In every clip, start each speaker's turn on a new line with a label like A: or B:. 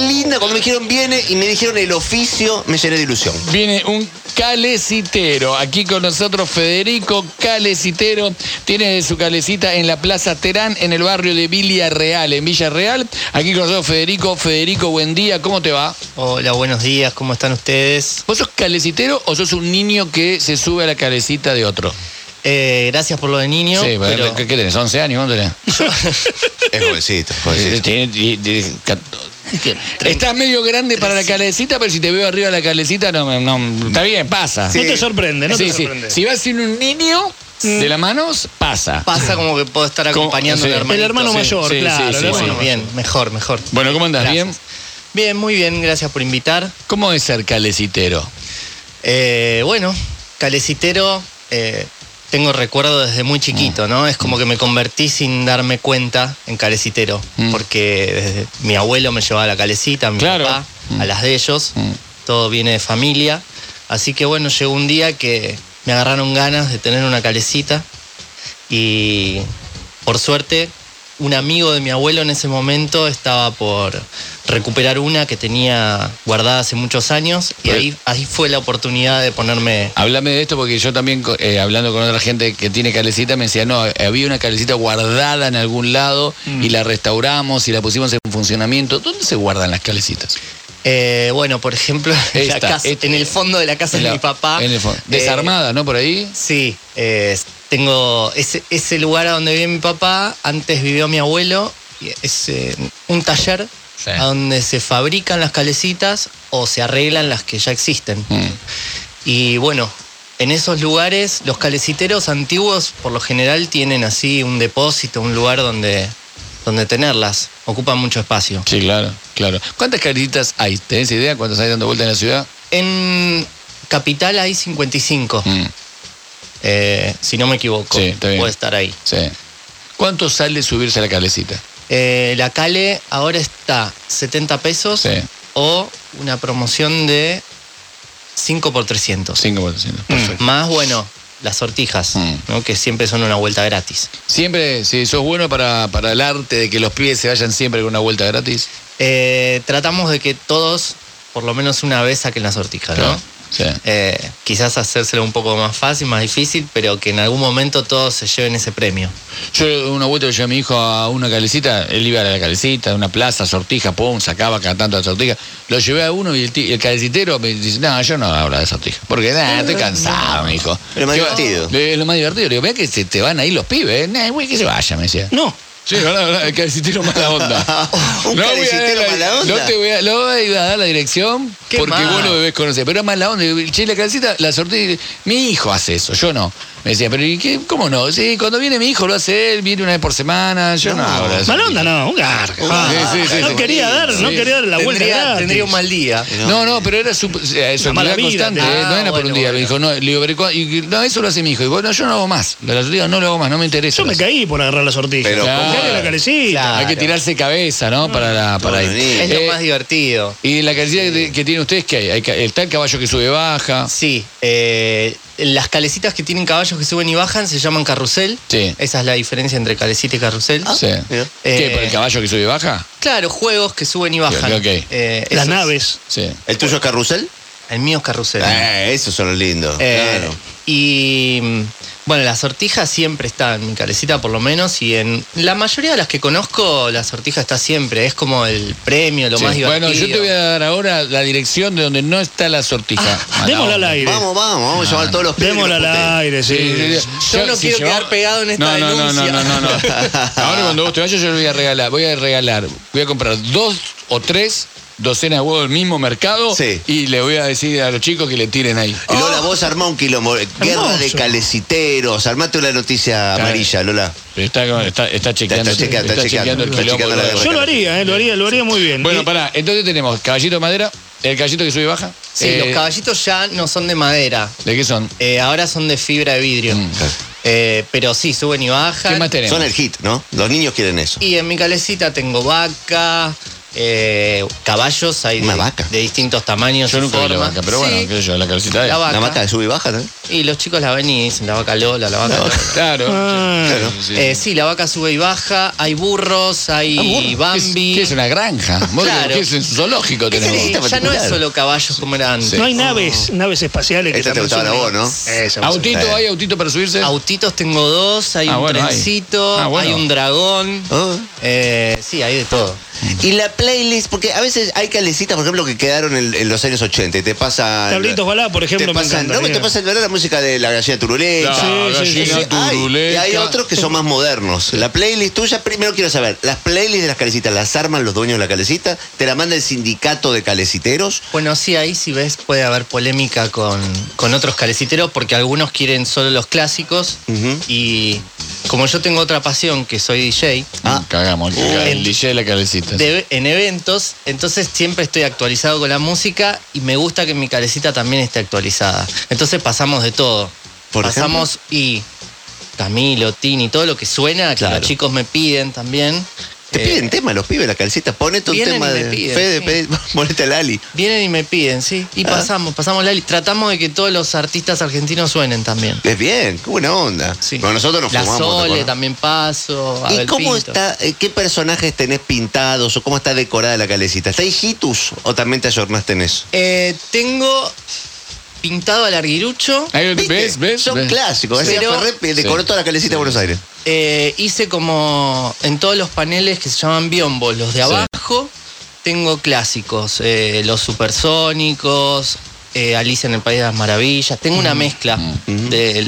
A: linda cuando me dijeron viene y me dijeron el oficio, me llené de ilusión.
B: Viene un calecitero. Aquí con nosotros Federico Calecitero. Tiene su calecita en la Plaza Terán, en el barrio de Villarreal, en Villarreal. Aquí con nosotros Federico. Federico, buen día. ¿Cómo te va?
C: Hola, buenos días, ¿cómo están ustedes?
B: ¿Vos sos calecitero o sos un niño que se sube a la calecita de otro?
C: Eh, gracias por lo de niño.
B: sí,
C: pero
B: ¿qué, qué tenés? ¿11 años? ¿Cuánto tenés?
A: Es jovencito, jovencito.
B: Tiene- tiene- tiene- Estás medio grande para la calecita, pero si te veo arriba de la calecita, no, me- no- está bien, pasa.
D: No te sorprende, no
B: Sí,
D: te
B: sí.
D: sorprende. Mm.
B: Si vas sin un niño de la mano, pasa.
C: pasa como que puedo estar
B: Como-
C: acompañando
B: sí.
C: al hermanito.
D: El hermano
B: Sí,
D: mayor,
B: sí,
D: claro.
B: sí,
D: el
B: sí,
D: hermano
C: Bueno,
B: sí.
D: mayor.
C: bien, mejor, mejor.
B: Bueno, ¿cómo andás?
C: Gracias.
B: ¿Bien?
C: Bien, muy bien, gracias por invitar.
B: ¿Cómo es ser calecitero?
C: Eh, bueno, calecitero, eh, tengo recuerdo desde muy chiquito, ¿no? Es como que me convertí sin darme cuenta en calecitero,
B: Mm.
C: porque desde- mi abuelo me llevaba a la calecita, mi
B: Claro.
C: papá, a las de ellos,
B: Mm.
C: todo viene de familia. Así que bueno, llegó un día que me agarraron ganas de tener una calecita y por suerte un amigo de mi abuelo en ese momento estaba por recuperar una que tenía guardada hace muchos años y
B: Pero-
C: ahí, ahí fue la oportunidad de ponerme...
B: Háblame de esto porque yo también, co- eh, hablando con otra gente que tiene calecita, me decía, no, eh, había una calecita guardada en algún lado y la restauramos y la pusimos en funcionamiento. ¿Dónde se guardan las calecitas?
C: Eh, bueno, por ejemplo, en, la
B: Esta,
C: casa-
B: esta.
C: en el fondo de la casa
B: En
C: de
B: la-
C: mi papá.
B: en el fo-
C: eh,
B: Desarmada, ¿no? Por ahí.
C: Sí, eh, tengo ese, ese lugar a donde vive mi papá, antes vivió mi abuelo, y es eh, un taller
B: Sí.
C: a donde se fabrican las calecitas o se arreglan las que ya existen.
B: Mm.
C: Y bueno, en esos lugares los caleciteros antiguos por lo general tienen así un depósito, un lugar donde, donde tenerlas, ocupan mucho espacio.
B: Sí, claro, claro. ¿Cuántas calecitas hay? ¿Tenés idea cuántas hay dando vuelta en la ciudad?
C: En Capital hay 55,
B: Mm,
C: eh, si no me equivoco,
B: Sí, está bien.
C: puede estar ahí.
B: sí. ¿Cuánto sale subirse a la calecita?
C: Eh, la Cale ahora está 70 pesos
B: Sí.
C: o una promoción de 5 por 300.
B: 5 por 300. Perfecto.
C: Más bueno, las sortijas,
B: Mm.
C: ¿no? que siempre son una vuelta gratis.
B: Siempre, si sos bueno para, para el arte de que los pies se vayan siempre con una vuelta gratis.
C: Eh, tratamos de que todos, por lo menos una vez, saquen la sortija, ¿no?
B: Claro. Sí.
C: Eh, quizás hacérselo un poco más fácil, más difícil, pero que en algún momento todos se lleven ese premio.
B: Yo una vuelta que llevé a mi hijo a una calecita, él iba a la calecita, a una plaza, sortija, pum, sacaba cada tanto la sortija. Lo llevé a uno y el, ti- el calecitero me dice, no, yo no hablo de sortija. Porque nada, estoy cansado, mi hijo.
A: Pero más
B: Yo-
A: divertido.
B: Eh, Es lo más divertido. Le digo, vea que se te van ahí los pibes, eh. Nah, güey, que se vaya, me decía.
D: No.
B: Sí, no, no, no, el calecitero mala onda.
A: Un
B: voy a dar
A: calecitero
B: la-
A: mala onda.
B: No te voy a, no voy a dar la dirección
C: Qué
B: porque
C: mal.
B: vos lo debes conocer. Pero es mala onda. Che, la calecita, la sortí. Mi hijo hace eso, yo no. Me decía, pero ¿y qué? ¿Cómo no? Sí, cuando viene mi hijo lo hace él, viene una vez por semana. Yo no, hablo de eso.
D: Mal onda, no, un garca.
B: Sí, sí, sí,
D: no
B: sí.
D: quería dar, no
B: Sí.
D: quería dar la vuelta.
C: Tendría,
D: gratis.
C: tendría un mal día.
B: No, no, pero era su, eh, eso,
D: Una mala
B: era
D: vida,
B: constante,
D: tenés.
B: eh, no
C: Ah,
B: era por un
C: bueno,
B: día.
C: bueno.
B: Me dijo, no, le digo, pero ¿cuá- y- no, eso lo hace mi hijo. Y bueno, yo no lo hago más. La sortija no lo hago más, no me interesa.
D: Yo me caí por agarrar la sortija.
A: Pero,
B: Claro.
D: Dale la calecita.
C: Claro.
B: Hay que tirarse cabeza, ¿no? Para la, para
A: No,
B: ahí.
A: ni-
C: Es
B: Eh,
C: lo más divertido.
B: Y la calidad que- que tienen ustedes, ¿qué hay? hay? ca- Está el caballo que sube baja.
C: Sí, eh, las calecitas que tienen caballos que suben y bajan se llaman carrusel.
B: Sí. Ah.
C: Esa es la diferencia entre calecita y carrusel.
B: Sí.
A: mira.
B: ¿Qué?
C: Eh,
B: ¿Por el caballo que sube y baja?
C: Claro, juegos que suben y bajan.
B: Ok, ok.
C: Eh, eso
D: Las
C: es-
D: naves.
B: Sí.
A: ¿El tuyo es carrusel?
C: El mío es carrusel.
B: Ah,
A: Eh, esos son los lindos.
C: Eh,
A: Claro.
C: Y mm, bueno, la sortija siempre está en mi calecita, por lo menos. Y en la mayoría de las que conozco, la sortija está siempre. Es como el premio, lo
B: Sí.
C: más divertido.
B: Bueno, yo te voy a dar ahora la dirección de donde no está la sortija. Mala onda.
D: Démosla al aire.
A: Vamos, vamos, vamos a llamar a todos los pibes. que
D: Démosla
A: nos
D: al
A: junten.
D: aire, sí.
C: Yo no quiero quedar pegado en esta
B: no, no,
C: denuncia.
B: No, no, no, no, no. Ahora cuando vos te vayas yo le voy a regalar, voy a regalar, voy a comprar dos o tres docenas de huevos del mismo mercado
A: Sí.
B: y le voy a decir a los chicos que le tiren ahí.
A: Y Lola, vos armá un quilombo. eh, Guerra de
D: Hermoso.
A: caleciteros. Armate una noticia amarilla, Lola.
B: Está, está, está chequeando,
A: Está chequeando, está
B: está chequeando el
A: chequeando, está
B: quilombo
A: chequeando la
B: de-
A: guerra.
D: Yo lo haría, eh, lo haría, lo haría muy bien.
B: Bueno,
D: Y-
B: pará, entonces tenemos caballito de madera, el caballito que sube y baja.
C: Sí,
B: eh,
C: los caballitos ya no son de madera.
B: ¿De qué son?
C: Eh, ahora son de fibra de vidrio. Eh, pero sí, suben y bajan.
B: Mm, ¿Qué más tenemos?
A: Son el hit, ¿no? Los niños quieren eso.
C: Y en mi calecita tengo vaca, eh, caballos, hay
A: Una
C: de,
A: vaca.
C: de distintos tamaños.
B: Yo
C: y
B: nunca vi la
C: formas.
B: vaca, pero
C: Sí,
B: bueno, qué sé yo, la calcita
C: La
B: es.
C: vaca.
A: La vaca de sub y baja también.
C: Y los chicos la ven y dicen la vaca Lola, la vaca Lola.
B: Claro.
D: Ah,
A: Claro.
B: Sí, sí, sí. Ah,
C: Eh, sí, la vaca sube y baja, hay burros, hay
B: ¿Qué es-
C: Bambi.
B: ¿Qué es una granja? ¿Vos
C: Claro.
B: ¿Qué es un zoológico
A: ¿Qué
B: tenemos?
A: se
C: Sí,
A: Necesita
C: ya no es
A: particular.
C: solo caballos como eran antes.
B: Sí.
D: No hay naves, naves espaciales que
A: Esta te
D: también
A: gustaba a
D: son-
A: vos, ¿no? Eh.
D: Esa, vos
B: ¿Autito?
A: Sí.
B: ¿Hay autito para subirse?
C: Autitos tengo dos, hay
B: Ah,
C: un
B: bueno, hay.
C: trencito,
B: Ah, bueno.
C: hay un dragón.
A: Ah.
C: Eh, sí, hay de todo.
A: Y la playlist, porque a veces hay calecitas, por ejemplo, que quedaron en, en los años 80 y te pasa.
D: Tablitos Balá, por ejemplo,
A: te
D: me
A: pasan-
D: encanta,
A: No, pero te
D: mira.
A: pasa ¿verdad? la música de la gallina turulenta.
B: La
D: Sí,
A: Y
D: sí, sí.
B: gallina
A: dice, "Ay", y
B: turuleca.
A: hay otros que son más modernos. La playlist tuya, primero quiero saber, las playlists de las calecitas, ¿las arman los dueños de la calecita? ¿Te la manda el sindicato de caleciteros?
C: Bueno, sí, ahí si ves puede haber polémica con, con otros caleciteros porque algunos quieren solo los clásicos
A: Ujú.
C: y como yo tengo otra pasión que soy DJ,
A: Ah.
B: Mm, Cagamos, el,
C: Uh.
B: el DJ de la calecita.
C: de- en eventos, entonces siempre estoy actualizado con la música y me gusta que mi calecita también esté actualizada. Entonces pasamos de todo.
A: Por
C: pasamos y Camilo, Tini, todo lo que suena, que
A: Claro.
C: los chicos me piden también.
A: Te
C: Eh,
A: piden temas los pibes, las calecitas. Ponete un
C: vienen
A: tema
C: y me
A: de
C: piden,
A: Fede,
C: sí.
A: Fede, ponete al Ali.
C: Vienen y me piden, sí. Y
A: Ah.
C: pasamos, pasamos la li- Tratamos de que todos los artistas argentinos suenen también.
A: Es bien, qué buena onda.
C: Sí.
A: Bueno, nosotros nos
C: La
A: fumamos. ¿te
C: Sole
A: acordás?
C: también paso.
A: ¿Y
C: Abel
A: cómo
C: Pinto.
A: está, eh, qué personajes tenés pintados o cómo está decorada la calecita? ¿Está hijitus o también te ayornaste en eso?
C: Eh, tengo pintado al arguirucho.
B: Ahí,
A: ¿Viste?
B: Eh, ¿Ves? ¿Ves?
A: Son
B: ¿Ves?
A: clásicos.
C: Sí.
A: García
C: Pero-
A: Ferrer pe- decoró
B: Sí.
A: toda la calecita de Buenos Aires.
C: Eh, hice como en todos los paneles que se llaman biombos, los de
B: Sí.
C: abajo, tengo clásicos, eh, los supersónicos, eh, Alicia en el País de las Maravillas, tengo
B: Mm.
C: una mezcla de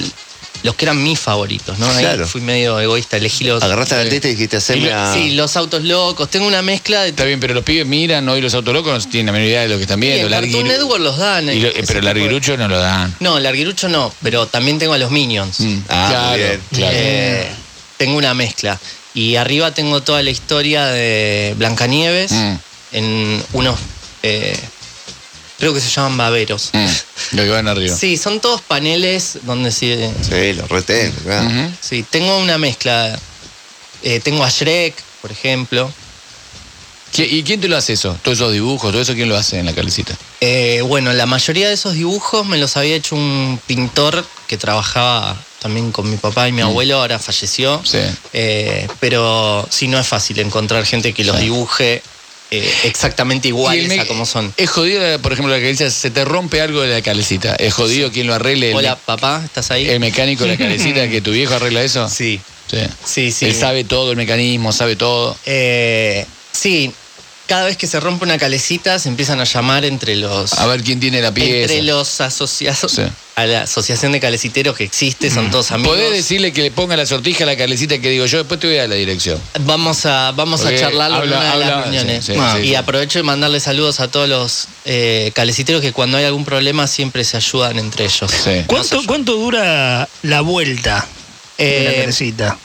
C: los que eran mis favoritos, ¿no? Ahí
A: Claro.
C: fui medio egoísta, elegí los...
A: Agarraste la testa y dijiste,
C: Y
A: hacerme
C: lo-
A: a...
C: Sí, los autos locos, tengo una mezcla de...
B: Está bien, pero los pibes miran hoy los autolocos, no tienen la menor idea de lo que están
C: Y
B: viendo.
C: en
B: el
C: Cartoon
B: arguiru-
C: Network los dan.
B: y lo- eh, pero
C: ese
B: el
C: tipo de-
B: arguirucho no lo dan.
C: No, el arguirucho no, pero también tengo a los Minions.
B: Mm,
A: Ah, muy bien.
B: claro.
C: Eh, tengo una mezcla. Y arriba tengo toda la historia de Blancanieves
B: Mm.
C: en unos. eh, creo que se llaman baberos.
B: Mm, lo que van arriba.
C: Sí, son todos paneles donde sí.
A: Sí, los retén. claro.
B: Ujú.
C: Sí, tengo una mezcla. Eh, tengo a Shrek, por ejemplo.
B: ¿Qui- ¿Y quién te lo hace eso? Todos esos dibujos, todo eso, ¿quién lo hace en la calecita?
C: Eh, bueno, la mayoría de esos dibujos me los había hecho un pintor que trabajaba también con mi papá y mi abuelo, ahora falleció.
B: Mm. Sí.
C: Eh, pero sí, no es fácil encontrar gente que los
B: Sí.
C: dibuje eh, exactamente
B: Y el
C: iguales
B: me-
C: a como son.
B: Es jodido, por ejemplo, la calecita, se te rompe algo de la calecita. Es jodido quien lo arregle. el-
C: Hola, papá, ¿estás ahí?
B: El mecánico de la calecita, que tu viejo arregla eso.
C: sí,
B: Sí.
C: sí, sí.
B: Él sabe todo, el mecanismo, sabe todo.
C: Eh, sí, cada vez que se rompe una calecita se empiezan a llamar entre los...
B: A ver quién tiene la pieza.
C: Entre los asociados
B: Sí. Mm.
C: a la asociación de caleciteros que existe, son todos amigos.
B: Podés decirle que le ponga la sortija a la calecita que digo yo, después te voy a dar la dirección.
C: Vamos a, vamos a
B: Porque
C: charlarlo
B: habla-
C: en una de
B: habla-
C: las reuniones.
B: sí, sí,
C: Ah.
B: sí,
C: y
B: sí.
C: aprovecho de mandarle saludos a todos los eh, caleciteros que cuando hay algún problema siempre se ayudan entre ellos.
B: Sí.
D: ¿Cuánto, ¿Cuánto dura la vuelta de la
C: Eh,
D: calecita?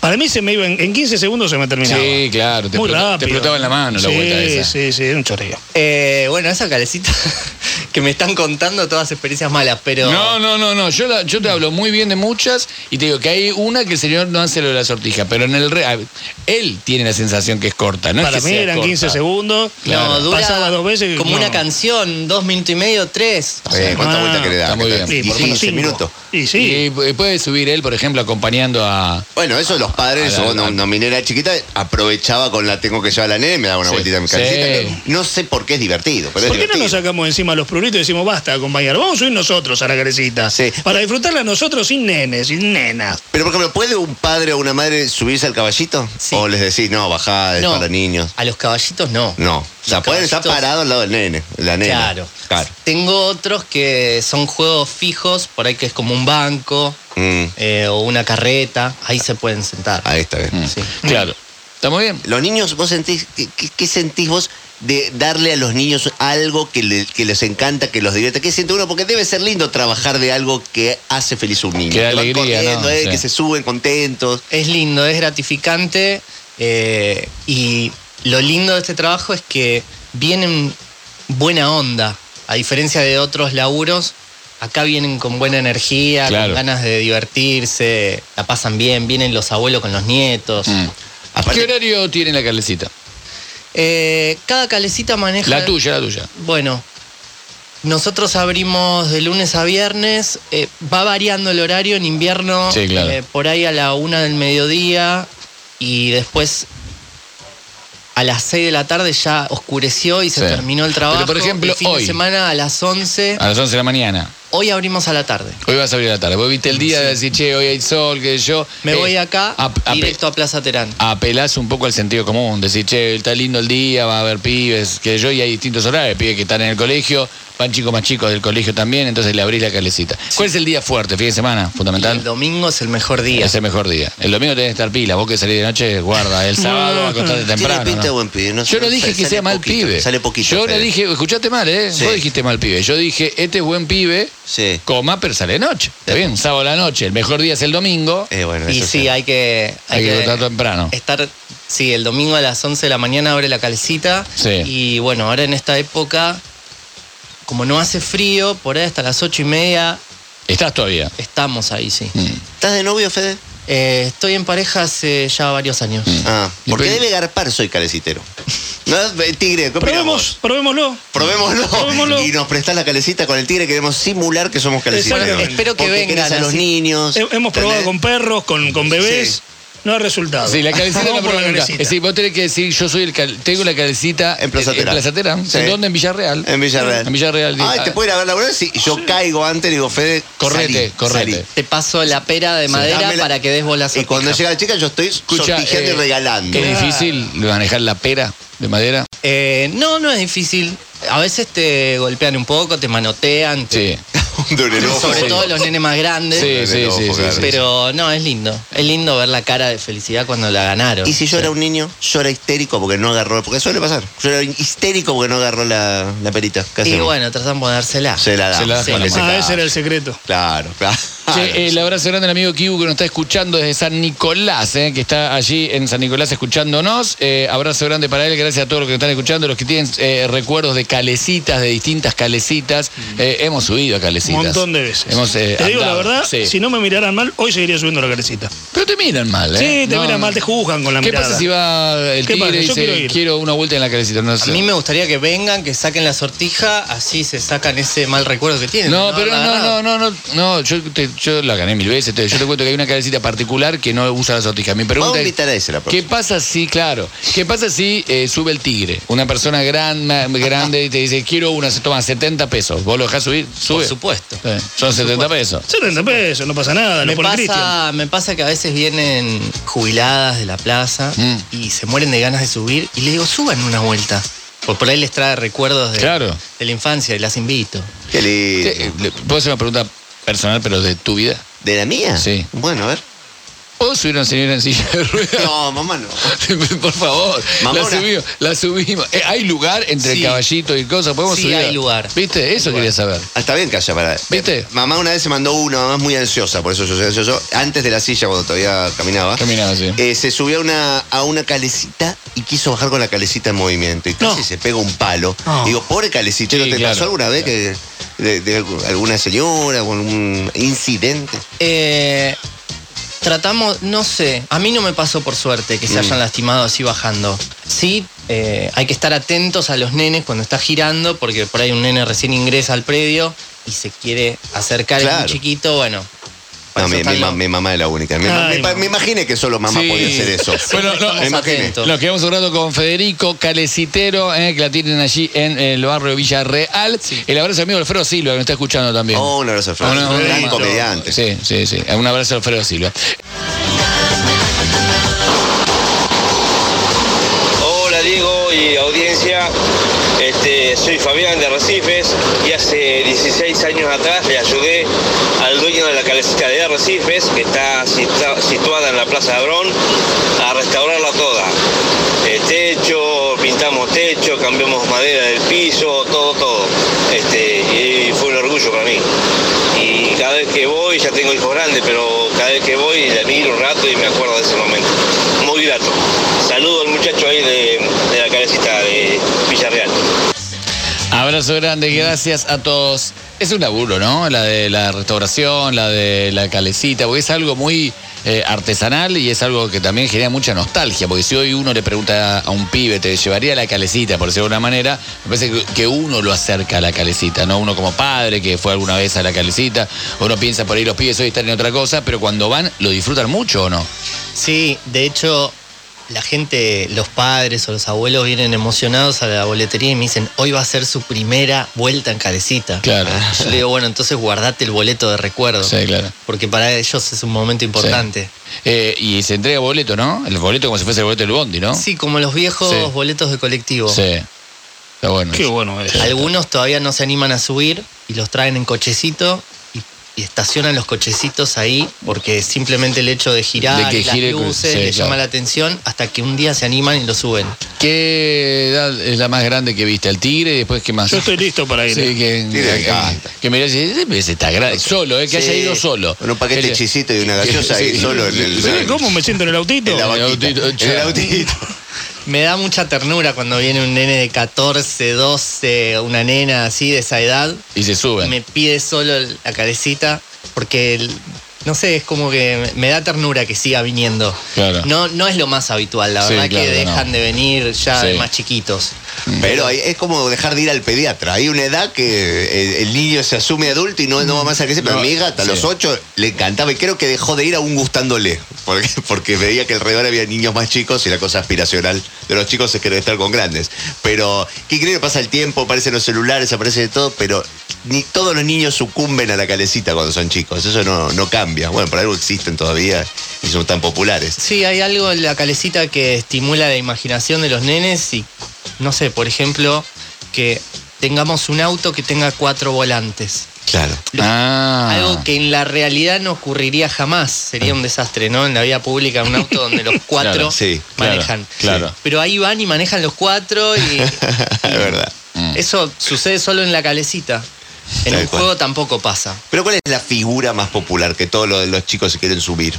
D: Para mí se me iba, en, en 15 segundos se me terminaba.
B: Sí, claro. Te,
D: Muy
B: explota- te
D: rápido.
B: explotaba en la mano la
D: Sí,
B: vuelta esa.
D: Sí, sí, era un chorreo.
C: eh, bueno, esa calecita que me están contando todas experiencias malas, pero...
B: No, no, no, no. Yo, la- yo te hablo muy bien de muchas y te digo que hay una que el señor no hace lo de la sortija, pero en el re- a- él tiene la sensación que es corta, ¿no? es
D: Para
B: que
D: mí
B: sea
D: eran
B: corta.
D: 15 segundos.
B: Claro.
C: No, dura
D: Pasaba dos veces.
C: como
D: no.
C: una canción, dos minutos y medio, tres. O
A: Sí,
C: sea,
A: ¿Cuántas
D: Ah,
A: vueltas que le das?
B: está muy bien.
D: Sí, por lo menos
A: 15
D: cinco.
A: minutos.
D: Y
B: Y,
D: sí.
B: y puede subir él, por ejemplo, acompañando a.
A: Bueno, eso los padres,
B: A la-
A: o cuando
B: a-
A: una minera chiquita, aprovechaba con la tengo que llevar a la nene, me daba una
B: Sí.
A: vueltita en mi
B: Sí.
A: calecita. que No sé por qué es divertido, pero es
D: ¿Por qué no nos
A: divertido.
D: sacamos encima los pruritos y decimos basta, acompañar? Vamos a subir nosotros a la calecita.
A: Sí.
D: Para disfrutarla nosotros sin nenes, sin nenas.
A: Pero, por ejemplo, ¿puede un padre o una madre subirse al caballito?
C: Sí.
A: ¿O les decís, no, bajá, es
C: No.
A: para niños?
C: A los caballitos no.
A: No. O sea,
C: Los
A: pueden estar
C: caballitos-
A: parados al lado del nene, la nena.
C: Claro.
A: Claro.
C: Tengo otros que son juegos fijos, por ahí que es como un banco
A: Mm,
C: eh, o una carreta, ahí se pueden sentar.
A: ahí está
B: Mm.
A: bien.
C: Sí.
B: Claro. ¿Estamos bien?
A: Los niños, vos sentís, ¿qué, qué- qué sentís vos de darle a los niños algo que, le- que les encanta, que los divierte? ¿Qué siente uno? Porque debe ser lindo trabajar de algo que hace feliz a un niño.
B: Que da
A: Que van
B: alegría,
A: corriendo,
B: ¿no?
A: eh,
B: Sí.
A: Que se suben contentos.
C: Es lindo, es gratificante eh, y lo lindo de este trabajo es que vienen buena onda, a diferencia de otros laburos. Acá vienen con buena energía,
B: Claro.
C: con ganas de divertirse, la pasan bien, vienen los abuelos con los nietos.
B: Mm. ¿Qué
A: Aparte-
B: horario tiene la calecita?
C: Eh, cada calecita maneja.
B: La tuya, la tuya.
C: Bueno, nosotros abrimos de lunes a viernes, eh, va variando el horario en invierno,
B: Sí, claro.
C: eh, por ahí a la una del mediodía y después a las 6 de la tarde ya oscureció y se
B: Sí.
C: terminó el
B: Pero,
C: trabajo.
B: por ejemplo,
C: el fin
B: hoy. Ah.
C: de semana a las 11,
B: A las 11 de la mañana.
C: hoy abrimos a la tarde.
B: Hoy vas a abrir a la tarde. Vos viste el día de decir, che, hoy hay sol, que yo.
C: Me
B: Eh,
C: voy acá
B: ap- ape-
C: directo a Plaza Terán.
B: apelás un poco al sentido común, decir, che, está lindo el día, va a haber pibes, que yo, y hay distintos horarios, pibes que están en el colegio, van chicos más chicos del colegio también, entonces le abrís la calecita. ¿Cuál es el día fuerte, fin de semana,
C: Y
B: fundamental?
C: el domingo es el mejor día.
B: Es el mejor día. El domingo tenés que estar pila, vos que salís de noche, guarda, el sábado acostate temprano.
A: Tiene pinta
B: ¿no?
A: de buen pibe. No,
B: Yo no
A: sale-
B: dije que
A: sale
B: sea mal
A: poquito,
B: pibe.
A: Sale poquito.
B: Yo no
A: Fede.
B: dije, escuchaste mal, ¿eh?
A: Sí.
B: Vos dijiste mal pibe. Yo dije, este es buen pibe,
A: Sí.
B: coma, pero sale de noche. Está bien, sábado a la noche. El mejor día es el domingo.
A: Eh, bueno,
C: Y
A: eso
C: sí,
A: sí.
C: hay que,
B: Hay que votar temprano.
C: Estar, sí, el domingo a las 11 de la mañana abre la calcita.
B: Sí.
C: Y bueno, ahora en esta época, como no hace frío, por ahí hasta las 8 y media
B: Estás todavía.
C: estamos ahí, sí.
B: Mm.
A: ¿Estás de novio, Fede?
C: Eh, estoy en pareja hace ya varios años.
B: Mm.
A: Ah,
B: Y
A: porque
B: pe-
A: debe garpar, soy calecitero. ¿No? Eh, Tigre, ¿qué opinás vos?
D: Probemos, probémoslo.
A: Probémoslo.
D: Probémoslo.
A: Y nos prestás la calecita con el tigre, queremos simular que somos calecitos.
D: Exactamente.
C: Espero que
A: Porque
C: vengan,
A: querés a los
C: así-
A: niños.
D: He- Hemos probado
A: ¿entendés?
D: con perros, con, con bebés.
A: Sí.
D: No ha resultado.
B: Sí, la calecita no
D: Vamos por
B: probé nunca. Es
D: calecita.
B: decir, vos tenés que decir, yo soy el cal- tengo la calecita
A: En Plaza
B: En
A: Terán.
B: Plaza Terán.
A: Sí.
B: ¿En dónde? En Villarreal.
A: En Villarreal.
B: En Villarreal.
A: Ay,
B: Ah,
A: te puedo ir a ver laburar. Sí, yo caigo antes y digo, Fede,
B: Correte,
A: salí,
B: correte.
A: salí.
C: Te paso la pera de madera
A: dámela.
C: para que des bolas
A: Y cuando llega la chica, yo estoy
B: escucha,
A: sortijeando
B: eh,
A: y regalando.
B: Es difícil manejar la pera de madera.
C: Eh, no, no es difícil. A veces te golpean un poco, te manotean. te-
B: Sí.
A: Duro el ojo.
C: Sobre todo los nenes más grandes.
B: Sí, sí,
A: ojo,
B: sí, sí,
A: claro.
B: sí.
C: Pero no, es lindo. Es lindo ver la cara de felicidad cuando la ganaron.
A: Y si yo era un niño, yo era histérico porque no agarró, porque suele pasar. Yo era histérico porque no agarró la, la perita. ¿Qué
C: Y
A: hacemos?
C: bueno, tratamos de dársela.
A: se la da.
B: Se la das
A: sí,
B: con la
A: que se
D: Ah,
A: la-
D: ese era el secreto.
A: Claro, claro.
B: Che, el abrazo grande al amigo Kibu que nos está escuchando desde San Nicolás, eh, que está allí en San Nicolás escuchándonos. Eh, abrazo grande para él, gracias a todos los que están escuchando, los que tienen eh, recuerdos de calecitas, de distintas calecitas. Eh, hemos subido a
D: Mm. Un
B: calecitas.
D: montón de veces.
B: Hemos, eh,
D: te digo la
B: andado,
D: verdad,
B: sí.
D: si no me miraran mal, hoy seguiría subiendo la calecita.
B: Pero te miran mal, ¿eh?
D: Sí, te
B: No,
D: miran mal, te juzgan con la
B: ¿Qué
D: mirada.
B: pasa si va el
D: ¿Qué
B: tigre
D: pasa?
B: y
D: Yo
B: dice,
D: quiero
B: quiero,
D: ir.
B: una vuelta en la calecita? No,
C: A
B: sé.
C: mí me gustaría que vengan, que saquen la sortija, así se sacan ese mal recuerdo que tienen.
B: No, pero
C: La
B: no, no,
C: verdad.
B: no, no, no, yo, te- yo la gané mil veces. te- yo te cuento que hay una calecita particular que no usa la sortija. Mi
A: Vamos
B: pregunta
A: a
B: es,
A: invitar a ese la
B: ¿qué
A: próxima.
B: pasa si, claro, qué pasa si eh, sube el tigre? Una persona gran, ma- grande y te dice, quiero una, se toma 70 pesos. ¿Vos lo dejás subir? Sube.
C: Por supuesto.
B: Sí, son 70 pesos.
D: 70 pesos, no pasa nada,
C: Me
D: no pone Cristian.
C: pasa, me pasa que a veces vienen jubiladas de la plaza
B: Mm.
C: y se mueren de ganas de subir y les digo, suban una vuelta. Por, por ahí les trae recuerdos de,
B: Claro.
C: de la infancia y las invito.
A: Qué lindo.
B: Eh, le- Puedo hacer una pregunta personal, pero de tu vida.
A: ¿De la mía?
B: Sí.
A: Bueno, a ver.
B: ¿Puedo subir a una señora en silla de ruedas?
A: No, mamá no.
B: Por favor, la
A: Mamona.
B: subimos, la subimos. Eh, ¿Hay lugar entre
C: Sí.
B: el caballito y cosas? ¿Podemos
C: Sí,
B: subir?
C: hay lugar.
B: ¿Viste? Eso quería saber.
A: Ah, Está bien que haya parada.
B: ¿Viste?
A: Mamá una vez se mandó uno, mamá es muy ansiosa, por eso yo soy ansioso. Antes de la silla, cuando todavía caminaba,
B: Caminaba, sí.
A: eh, se subió a una, a una calecita y quiso bajar con la calecita en movimiento. Y casi
D: No.
A: se pega un palo. Digo, pobre calecitero,
B: Sí,
A: ¿te
B: claro.
A: pasó alguna vez que de, de alguna señora o algún incidente?
C: Eh, tratamos, no sé, a mí no me pasó por suerte que se hayan
B: Mm.
C: lastimado así bajando. Sí, eh, hay que estar atentos a los nenes cuando está girando, porque por ahí un nene recién ingresa al predio y se quiere acercar a
A: Claro.
C: un chiquito, bueno. para
A: No, mi,
C: eso
A: mi
C: están
A: ma-
C: los-
A: mi mamá es la única. Mi ma-
D: Ay,
A: me, pa-
D: mamá.
A: me imaginé que solo mamá
B: Sí.
A: podía hacer eso.
B: Bueno, no, eh,
C: estamos
A: me imaginé.
C: atentos.
B: Nos quedamos un rato con Federico Calecitero, eh, que la tienen allí en el barrio Villarreal. El abrazo amigo Alfredo Silva, que nos está escuchando también.
A: Oh, un abrazo, Fran.
B: Bueno,
A: gran
B: bueno.
A: comediante.
B: Sí, sí, sí. Un abrazo a Alfredo Silva.
E: Hola Diego y audiencia, Este, soy Fabián de Arrecifes y hace 16 años atrás le ayudé al dueño de la calecita de Arrecifes, que está situa- situada en la Plaza de Abrón, a restaurarla toda. El techo, pintamos techo, cambiamos madera del piso, todo, todo. Este, y fue un orgullo para mí. Y cada vez que voy, ya tengo hijos grandes, pero cada vez que voy la miro un rato y me acuerdo de ese momento. Muy grato. Saludo al muchacho ahí de, de la calecita de Villarreal.
B: Abrazo grande, gracias a todos. Es un laburo, ¿no? La de la restauración, la de la calecita, porque es algo muy eh, artesanal y es algo que también genera mucha nostalgia, porque si hoy uno le pregunta a un pibe, te llevaría a la calecita, por decirlo de alguna manera, me parece que, que uno lo acerca a la calecita, ¿no? Uno como padre que fue alguna vez a la calecita, uno piensa por ahí los pibes hoy están en otra cosa, pero cuando van, ¿lo disfrutan mucho o no?
C: Sí, de hecho, la gente, los padres o los abuelos vienen emocionados a la boletería y me dicen, hoy va a ser su primera vuelta en calecita.
B: Claro.
C: Yo le digo, bueno, entonces guardate el boleto de recuerdo.
B: Sí, claro.
C: Porque para ellos es un momento importante.
B: Eh, y se entrega boleto, ¿no? El boleto como si fuese el boleto del bondi, ¿no?
C: Sí, como los viejos
B: Sí.
C: boletos de colectivo.
B: Sí. Está bueno.
D: Qué bueno es.
C: Algunos todavía no se animan a subir y los traen en cochecito y, y estacionan los cochecitos ahí porque simplemente el hecho de girar
B: De que
C: y las
B: gire, pues,
C: luces
B: sí,
C: les
B: claro.
C: llama la atención hasta que un día se animan y lo suben.
B: ¿Qué edad es la más grande que viste? ¿Al tigre? y Después, ¿qué más?
D: Yo estoy listo para ir. ¿eh?
B: Sí, que,
A: Sí, de acá.
B: que mirás y decís, "Ese pibe se pues, está grande. Solo, eh, que haya ido solo.
A: Con un paquete de
B: Ese-
A: chisito y una gaseosa ahí
B: Sí.
A: solo en el.
D: ¿Sabés cómo me siento en el autito?
A: En la
B: En el
A: vaquita.
B: autito,
A: En el autito.
C: Me da mucha ternura cuando viene un nene de 14, 12, una nena así de esa edad
B: Y se
C: y
B: suben.
C: me pide solo la calecita porque, el- no sé, es como que me da ternura que siga viniendo.
B: Claro.
C: No, no es lo más habitual, la
B: Sí,
C: verdad
B: claro
C: que
B: que
C: dejan
B: no.
C: de venir ya
B: Sí.
C: de más chiquitos.
A: Pero ahí es como dejar de ir al pediatra. Hay una edad que el, el niño se asume adulto y no, no va más a crecer. Pero
B: No,
A: a mi hija, hasta
B: sí.
A: los ocho, le encantaba. Y creo que dejó de ir aún gustándole. Porque, porque veía que alrededor había niños más chicos y la cosa aspiracional de los chicos es querer estar con grandes. Pero, ¿qué cree que pasa el tiempo? Aparecen los celulares, aparece de todo, pero ni todos los niños sucumben a la calecita cuando son chicos. Eso no, no cambia. Bueno, por algo existen todavía y son tan populares.
C: Sí, hay algo en la calecita que estimula la imaginación de los nenes y, no sé, por ejemplo, que tengamos un auto que tenga cuatro volantes.
A: Claro.
B: Ah.
C: Algo que en la realidad no ocurriría jamás. Sería un desastre, ¿no? En la vía pública, un auto donde los cuatro
B: Claro,
A: sí,
B: claro,
C: manejan.
B: claro.
C: Pero ahí van y manejan los cuatro y
A: es verdad.
B: Mm.
C: eso sucede solo en la calecita. En
A: Tal
C: un
A: cual.
C: juego tampoco pasa.
A: Pero ¿cuál es la figura más popular que todos los, los chicos se quieren subir?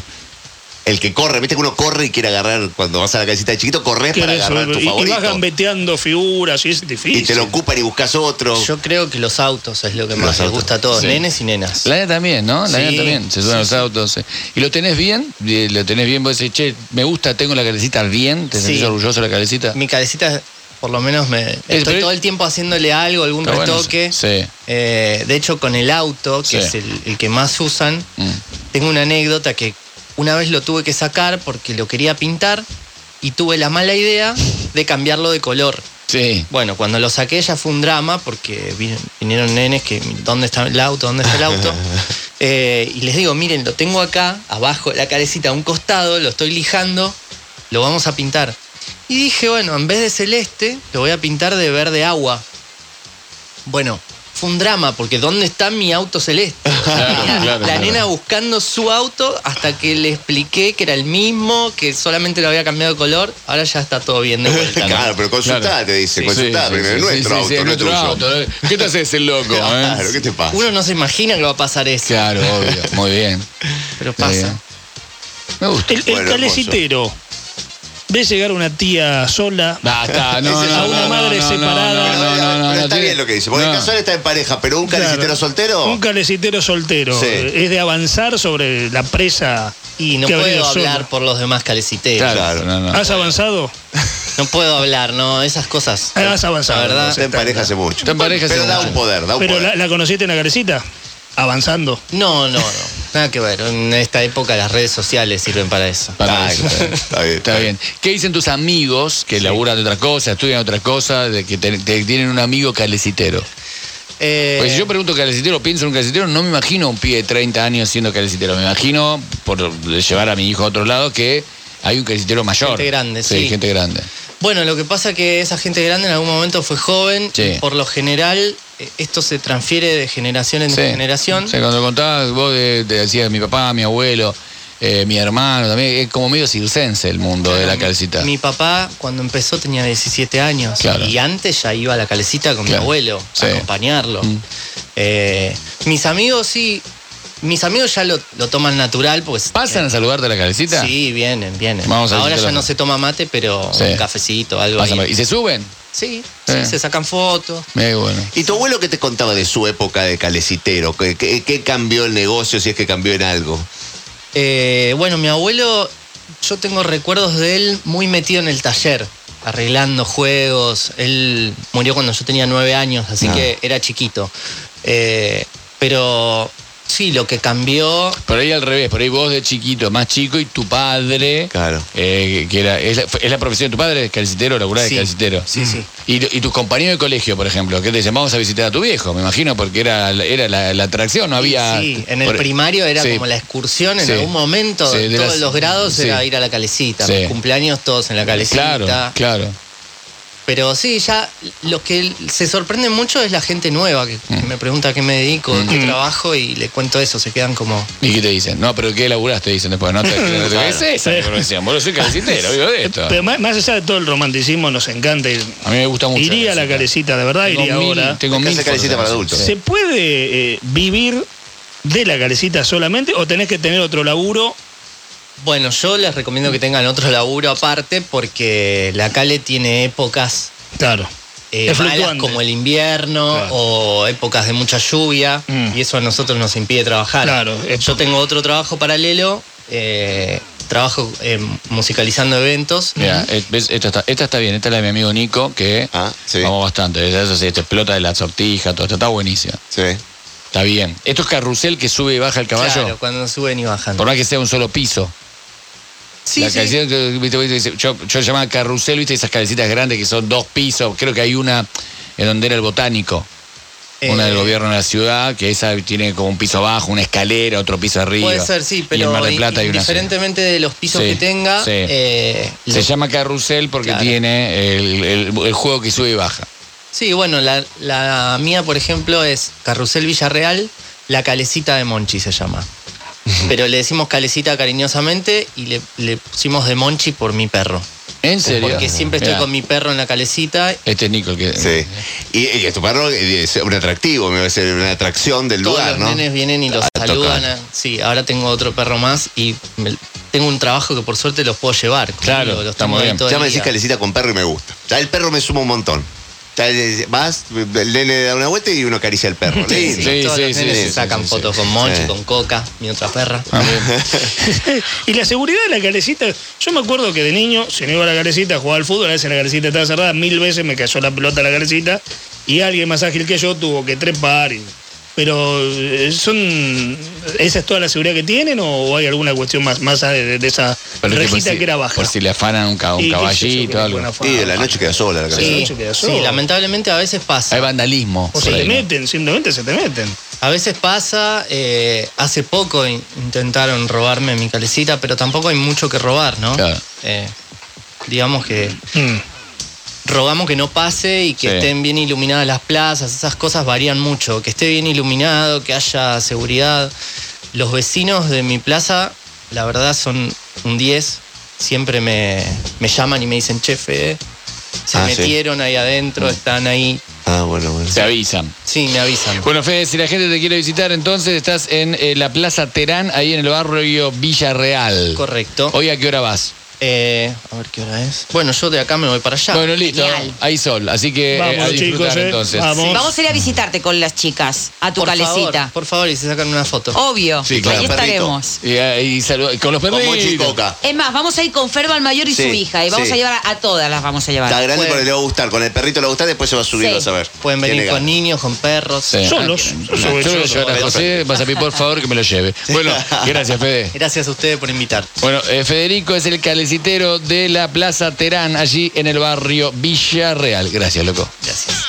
A: El que corre, viste que uno corre y quiere agarrar, cuando vas a la casita de chiquito, corres para
D: ¿Querés
A: agarrar
D: saber?
A: tu
D: y, y vas
A: favorito.
D: gambeteando figuras y es difícil.
A: Y te lo ocupan y buscas otro.
C: Yo creo que los autos es lo que más
A: Los
C: les
A: autos,
C: gusta a todos,
B: Oh. sí.
C: nenes y nenas.
B: La nena también, ¿no? La
C: Sí,
B: nena también. Se suben
C: sí,
B: a los autos. sí. ¿Y lo tenés bien? Eh, ¿Lo tenés bien? Vos decís, che, me gusta, tengo la calecita bien. ¿Te
C: Sí.
B: sentís orgulloso de la calecita?
C: mi cabecita por lo menos me estoy
B: pero-
C: todo el tiempo haciéndole algo, algún
B: Está bueno,
C: retoque.
B: sí.
C: Eh, de hecho, con el auto, que
B: Sí.
C: es el, el que más usan,
B: Mm.
C: tengo una anécdota que una vez lo tuve que sacar porque lo quería pintar y tuve la mala idea de cambiarlo de color.
B: Sí.
C: Bueno, cuando lo saqué ya fue un drama porque vi- vinieron nenes que, ¿dónde está el auto? ¿Dónde está el auto? Eh, y les digo, miren, lo tengo acá, abajo de la carecita, a un costado, lo estoy lijando, lo vamos a pintar. Y dije, bueno, en vez de celeste, lo voy a pintar de verde agua. Bueno, fue un drama porque ¿dónde está mi auto celeste?
B: Claro, claro,
C: la
B: claro.
C: nena buscando su auto hasta que le expliqué que era el mismo, que solamente lo había cambiado de color, ahora ya está todo bien de vuelta. ¿no?
A: Claro, pero consultá,
B: Claro.
A: te dice, consultá
B: Sí, sí,
A: primero.
B: sí,
A: es nuestro
B: sí,
A: auto,
B: sí,
A: no
B: es
A: es
B: nuestro
A: tuyo.
B: auto. ¿eh? ¿Qué te haces el loco? eh?
A: Claro, ¿qué te pasa?
C: Uno no se imagina que va a pasar eso,
B: Claro, obvio. Muy bien.
C: pero
B: Muy
C: pasa.
B: bien. Me gusta.
D: El, el
A: Bueno,
D: calecitero. Ves llegar una tía sola.
B: Basta, no,
A: Ese es
B: no,
A: a una
B: no,
D: madre
B: no, no,
D: separada.
A: Pero,
B: No, no, no, no,
A: pero
B: no,
A: está
B: tiene-
A: bien lo que dice. Porque
B: no.
A: el casual está en pareja, pero un calecitero
D: Claro.
A: soltero.
D: Un calecitero soltero.
A: Sí.
D: Eh, Es de avanzar sobre la presa.
C: Y no
D: que ha
C: puedo
D: venido solo.
C: hablar por los demás caleciteros.
B: Claro,
A: Claro.
B: no, no.
D: ¿Has avanzado?
C: No puedo hablar, no, esas cosas.
D: Ah, has avanzado,
C: La verdad.
A: Está en pareja hace mucho.
B: Está en pareja hace
A: pero da
B: mucho.
A: un poder, da un
D: ¿Pero la,
A: poder.
D: la conociste en la calecita? Avanzando.
C: No, no, no. Nada que ver. En esta época las redes sociales sirven para eso.
B: Para
A: Ah,
B: eso, está bien.
A: está bien,
B: Está bien. ¿Qué dicen tus amigos que laburan de otras cosas, estudian otras cosas, de que te- te- tienen un amigo calecitero?
C: Eh,
B: Porque si Pues yo pregunto calecitero, pienso en un calecitero, no me imagino un pie de 30 años siendo calecitero. Me imagino, por llevar a mi hijo a otro lado, que hay un calecitero mayor.
C: Gente grande, sí.
B: gente grande.
C: bueno, lo que pasa que esa gente grande en algún momento fue joven.
B: Sí.
C: y Por lo general, eh, esto se transfiere de generación en
B: Sí.
C: generación.
B: Sí, cuando contabas, vos de- te decías mi papá, mi abuelo, eh, mi hermano también. Es como medio circense el mundo de la calcita.
C: Ah, Mi papá, cuando empezó, tenía 17 años.
B: Claro.
C: Y antes ya iba a la calecita con
B: Claro.
C: mi abuelo
B: Sí.
C: a acompañarlo.
B: Mm.
C: Eh, mis amigos sí. Mis amigos ya lo, lo toman natural, pues.
B: ¿Pasan a saludarte a la calcita?
C: Sí, vienen, vienen.
B: Vamos a
C: Ahora ya
B: visitarlo.
C: no se toma mate, pero
B: Sí.
C: un cafecito, algo
B: Pasan
C: ahí.
B: por- ¿Y se suben?
C: Sí,
B: Eh.
C: sí, se sacan fotos.
B: Muy bueno.
A: ¿Y tu abuelo qué te contaba de su época de calecitero? ¿Qué, qué- qué cambió el negocio si es que cambió en algo?
C: Eh, bueno, mi abuelo, yo tengo recuerdos de él muy metido en el taller, arreglando juegos. Él murió cuando yo tenía nueve años, así
A: Ah.
C: que era chiquito. Eh, pero sí, lo que cambió
B: Por ahí al revés, por ahí vos de chiquito, más chico, y tu padre.
A: Claro.
B: eh, que era, es, la, fue- es la profesión de tu padre, calcitero, laburá de
C: Sí.
B: calcitero.
C: Sí, sí.
B: Y, y tus compañeros de colegio, por ejemplo, que te dicen, vamos a visitar a tu viejo, me imagino, porque era, la- era la, la atracción, no había.
C: Sí, en el
B: por-
C: primario era
B: Sí.
C: como la excursión, en
B: Sí.
C: algún momento,
B: Sí, de
C: todos
B: las-
C: los grados
B: sí.
C: era ir a la calecita,
B: Sí.
C: los cumpleaños todos en la calecita.
B: Claro, claro.
C: Pero sí, ya lo que se sorprende mucho es la gente nueva que
B: Mm.
C: que me pregunta a qué me dedico, a qué trabajo y le cuento eso, se quedan como...
B: ¿Y qué te dicen? No, pero ¿qué laburaste? Dicen después, no te no te- Es esa mi profesión, boludo, soy calcitero, vivo de esto.
D: Pero más, más allá de todo el romanticismo, nos encanta ir.
B: A mí me gusta mucho.
D: Iría a la calecita, de verdad,
B: Tengo
D: iría
B: mil-
D: ahora.
B: Tengo
A: Acá
B: mil
A: se calecita
B: fotos.
A: para adultos.
B: Sí.
D: ¿Se puede eh, vivir de la calecita solamente o tenés que tener otro laburo?
C: Bueno, yo les recomiendo que tengan otro laburo aparte porque la cale tiene épocas
D: Claro.
C: eh,
D: Es
C: malas
D: fluctuante.
C: como el invierno
D: Claro.
C: o épocas de mucha lluvia
D: Mm.
C: y eso a nosotros nos impide trabajar.
D: Claro, es-
C: Yo tengo otro trabajo paralelo, eh, trabajo eh, musicalizando eventos.
B: Mira, eh, ves, esta está, esta está bien, esta es la de mi amigo Nico, que
A: Ah, sí.
B: vamos bastante. es- Eso sí, te explota de la sortija, todo esto está buenísimo.
A: Sí.
B: Está bien. Esto es carrusel que sube y baja el caballo.
C: Claro, cuando suben y bajan.
B: Por más que sea un solo piso.
C: Sí,
B: La
C: sí.
B: calecita que, viste, viste, dice- yo, yo llamaba carrusel, viste, esas calecitas grandes que son dos pisos. Creo que hay una en donde era el botánico. Una
C: Eh,
B: del gobierno de la ciudad, que esa tiene como un piso abajo, una escalera, otro piso arriba.
C: Puede ser, sí,
B: y en
C: pero
B: Mar del Plata hay una.
C: diferentemente de los pisos
B: Sí,
C: que tenga,
B: sí.
C: eh,
B: Se
C: lo-
B: llama carrusel porque
C: Claro.
B: tiene el, el- el juego que sube y baja.
C: sí, bueno, la, la mía, por ejemplo, es Carrusel Villarreal, la calecita de Monchi se llama. Pero le decimos calecita cariñosamente y le, le pusimos de Monchi por mi perro.
B: ¿En serio?
C: Porque siempre estoy
B: Mirá,
C: con mi perro en la calecita.
B: Este es Nico el que.
A: Sí. Y, y tu perro es un atractivo, me parece una atracción del
C: Todos
A: lugar,
C: los
A: ¿no?
C: nenes vienen y los
A: A
C: saludan.
A: tocar.
C: a- sí, ahora tengo otro perro más y me- tengo un trabajo que por suerte los puedo llevar. conmigo,
B: Claro,
C: los
B: está muy
C: tengo ahí
B: bien.
C: todo el
A: Ya me
C: día.
A: decís calecita con perro y me gusta. Ya el perro me suma un montón. Ya le- vas, el nene da una vuelta y uno acaricia al perro.
C: Sí,
A: Lindo.
B: Sí,
C: todos
B: sí,
C: los
B: sí,
C: nenes
B: sí,
C: se
B: sí,
C: sacan
B: sí, Ah,
C: fotos con Monchi,
A: Sí.
C: con Coca, mi otra perra.
D: Y la seguridad de la calecita, yo me acuerdo que de niño, si no iba a la calecita, jugaba al fútbol, a veces la calecita estaba cerrada, mil veces me cayó la pelota a la calecita y alguien más ágil que yo tuvo que trepar. y- pero eh, son esa es toda la seguridad que tienen o hay alguna cuestión más más allá de, de esa
B: Pero es que por
D: rejita
B: si-
D: que era baja.
B: Por si le afanan un, ca- un
D: Y qué sé yo, que
B: caballito
D: le
B: algo.
D: pueden
A: Y
D: afanar.
A: de la noche queda sola la calecita.
C: Sí,
D: Ocho quedó
C: sí,
D: solo.
C: lamentablemente a veces pasa.
B: Hay vandalismo.
D: O
B: por
D: se
B: ahí,
D: te
B: ¿no?
D: meten, simplemente se te meten.
C: A veces pasa, eh, hace poco in- intentaron robarme mi calecita, pero tampoco hay mucho que robar, ¿no?
B: Claro.
C: Eh, digamos que
D: Mm.
C: rogamos que no pase y que
B: Sí.
C: estén bien iluminadas las plazas, esas cosas varían mucho, que esté bien iluminado, que haya seguridad. Los vecinos de mi plaza, la verdad, son un 10, siempre me, me llaman y me dicen, chefe, se
A: Ah, sí.
C: metieron ahí
B: Mm.
C: adentro, están ahí,
A: Ah, bueno, bueno.
B: Se avisan.
C: sí, me avisan.
B: Bueno, Fede, si la gente te quiere visitar, entonces estás en eh, la Plaza Terán, ahí en el barrio Villarreal.
C: Correcto.
B: ¿Hoy a qué hora vas?
C: Eh, a ver qué hora es. Bueno, yo de acá me voy para allá.
B: bueno, listo.
F: Genial.
B: Hay sol, así que eh,
D: Vamos,
B: a disfrutar
D: chicos, eh.
B: entonces.
D: Vamos.
F: Vamos a ir a visitarte con las chicas, a tu
C: por
F: calecita. Oh.
C: Favor, por favor, y se sacan una foto.
F: Obvio,
A: Sí, claro,
F: ahí
A: perrito.
F: estaremos.
B: Y, eh, y saluda- con los
A: Con Mochi y
B: perritos.
A: Coca.
F: Es más, vamos a ir con Ferban Mayor y
A: Sí,
F: su hija. Y vamos
A: sí.
F: a llevar a, a todas las vamos
C: Ah,
A: Está
F: a llevar.
A: grande,
C: Pueden-
A: pero le va a gustar. Con el perrito le va a gustar, después se va a subir,
F: Sí.
A: vas a ver.
C: Pueden venir
A: Tiene
C: con
A: ganas.
C: niños, con perros.
B: Sí.
D: Solos.
B: Ah, Yo lo
D: Sobre
B: voy a llevar a
A: solo.
B: José, vas a pedir por favor que me lo lleve. Bueno, gracias, Fede.
C: Gracias a ustedes por invitar.
B: Bueno, eh, Federico es el calecitero de la Plaza Terán, allí en el barrio Villarreal. Gracias, loco.
C: Gracias.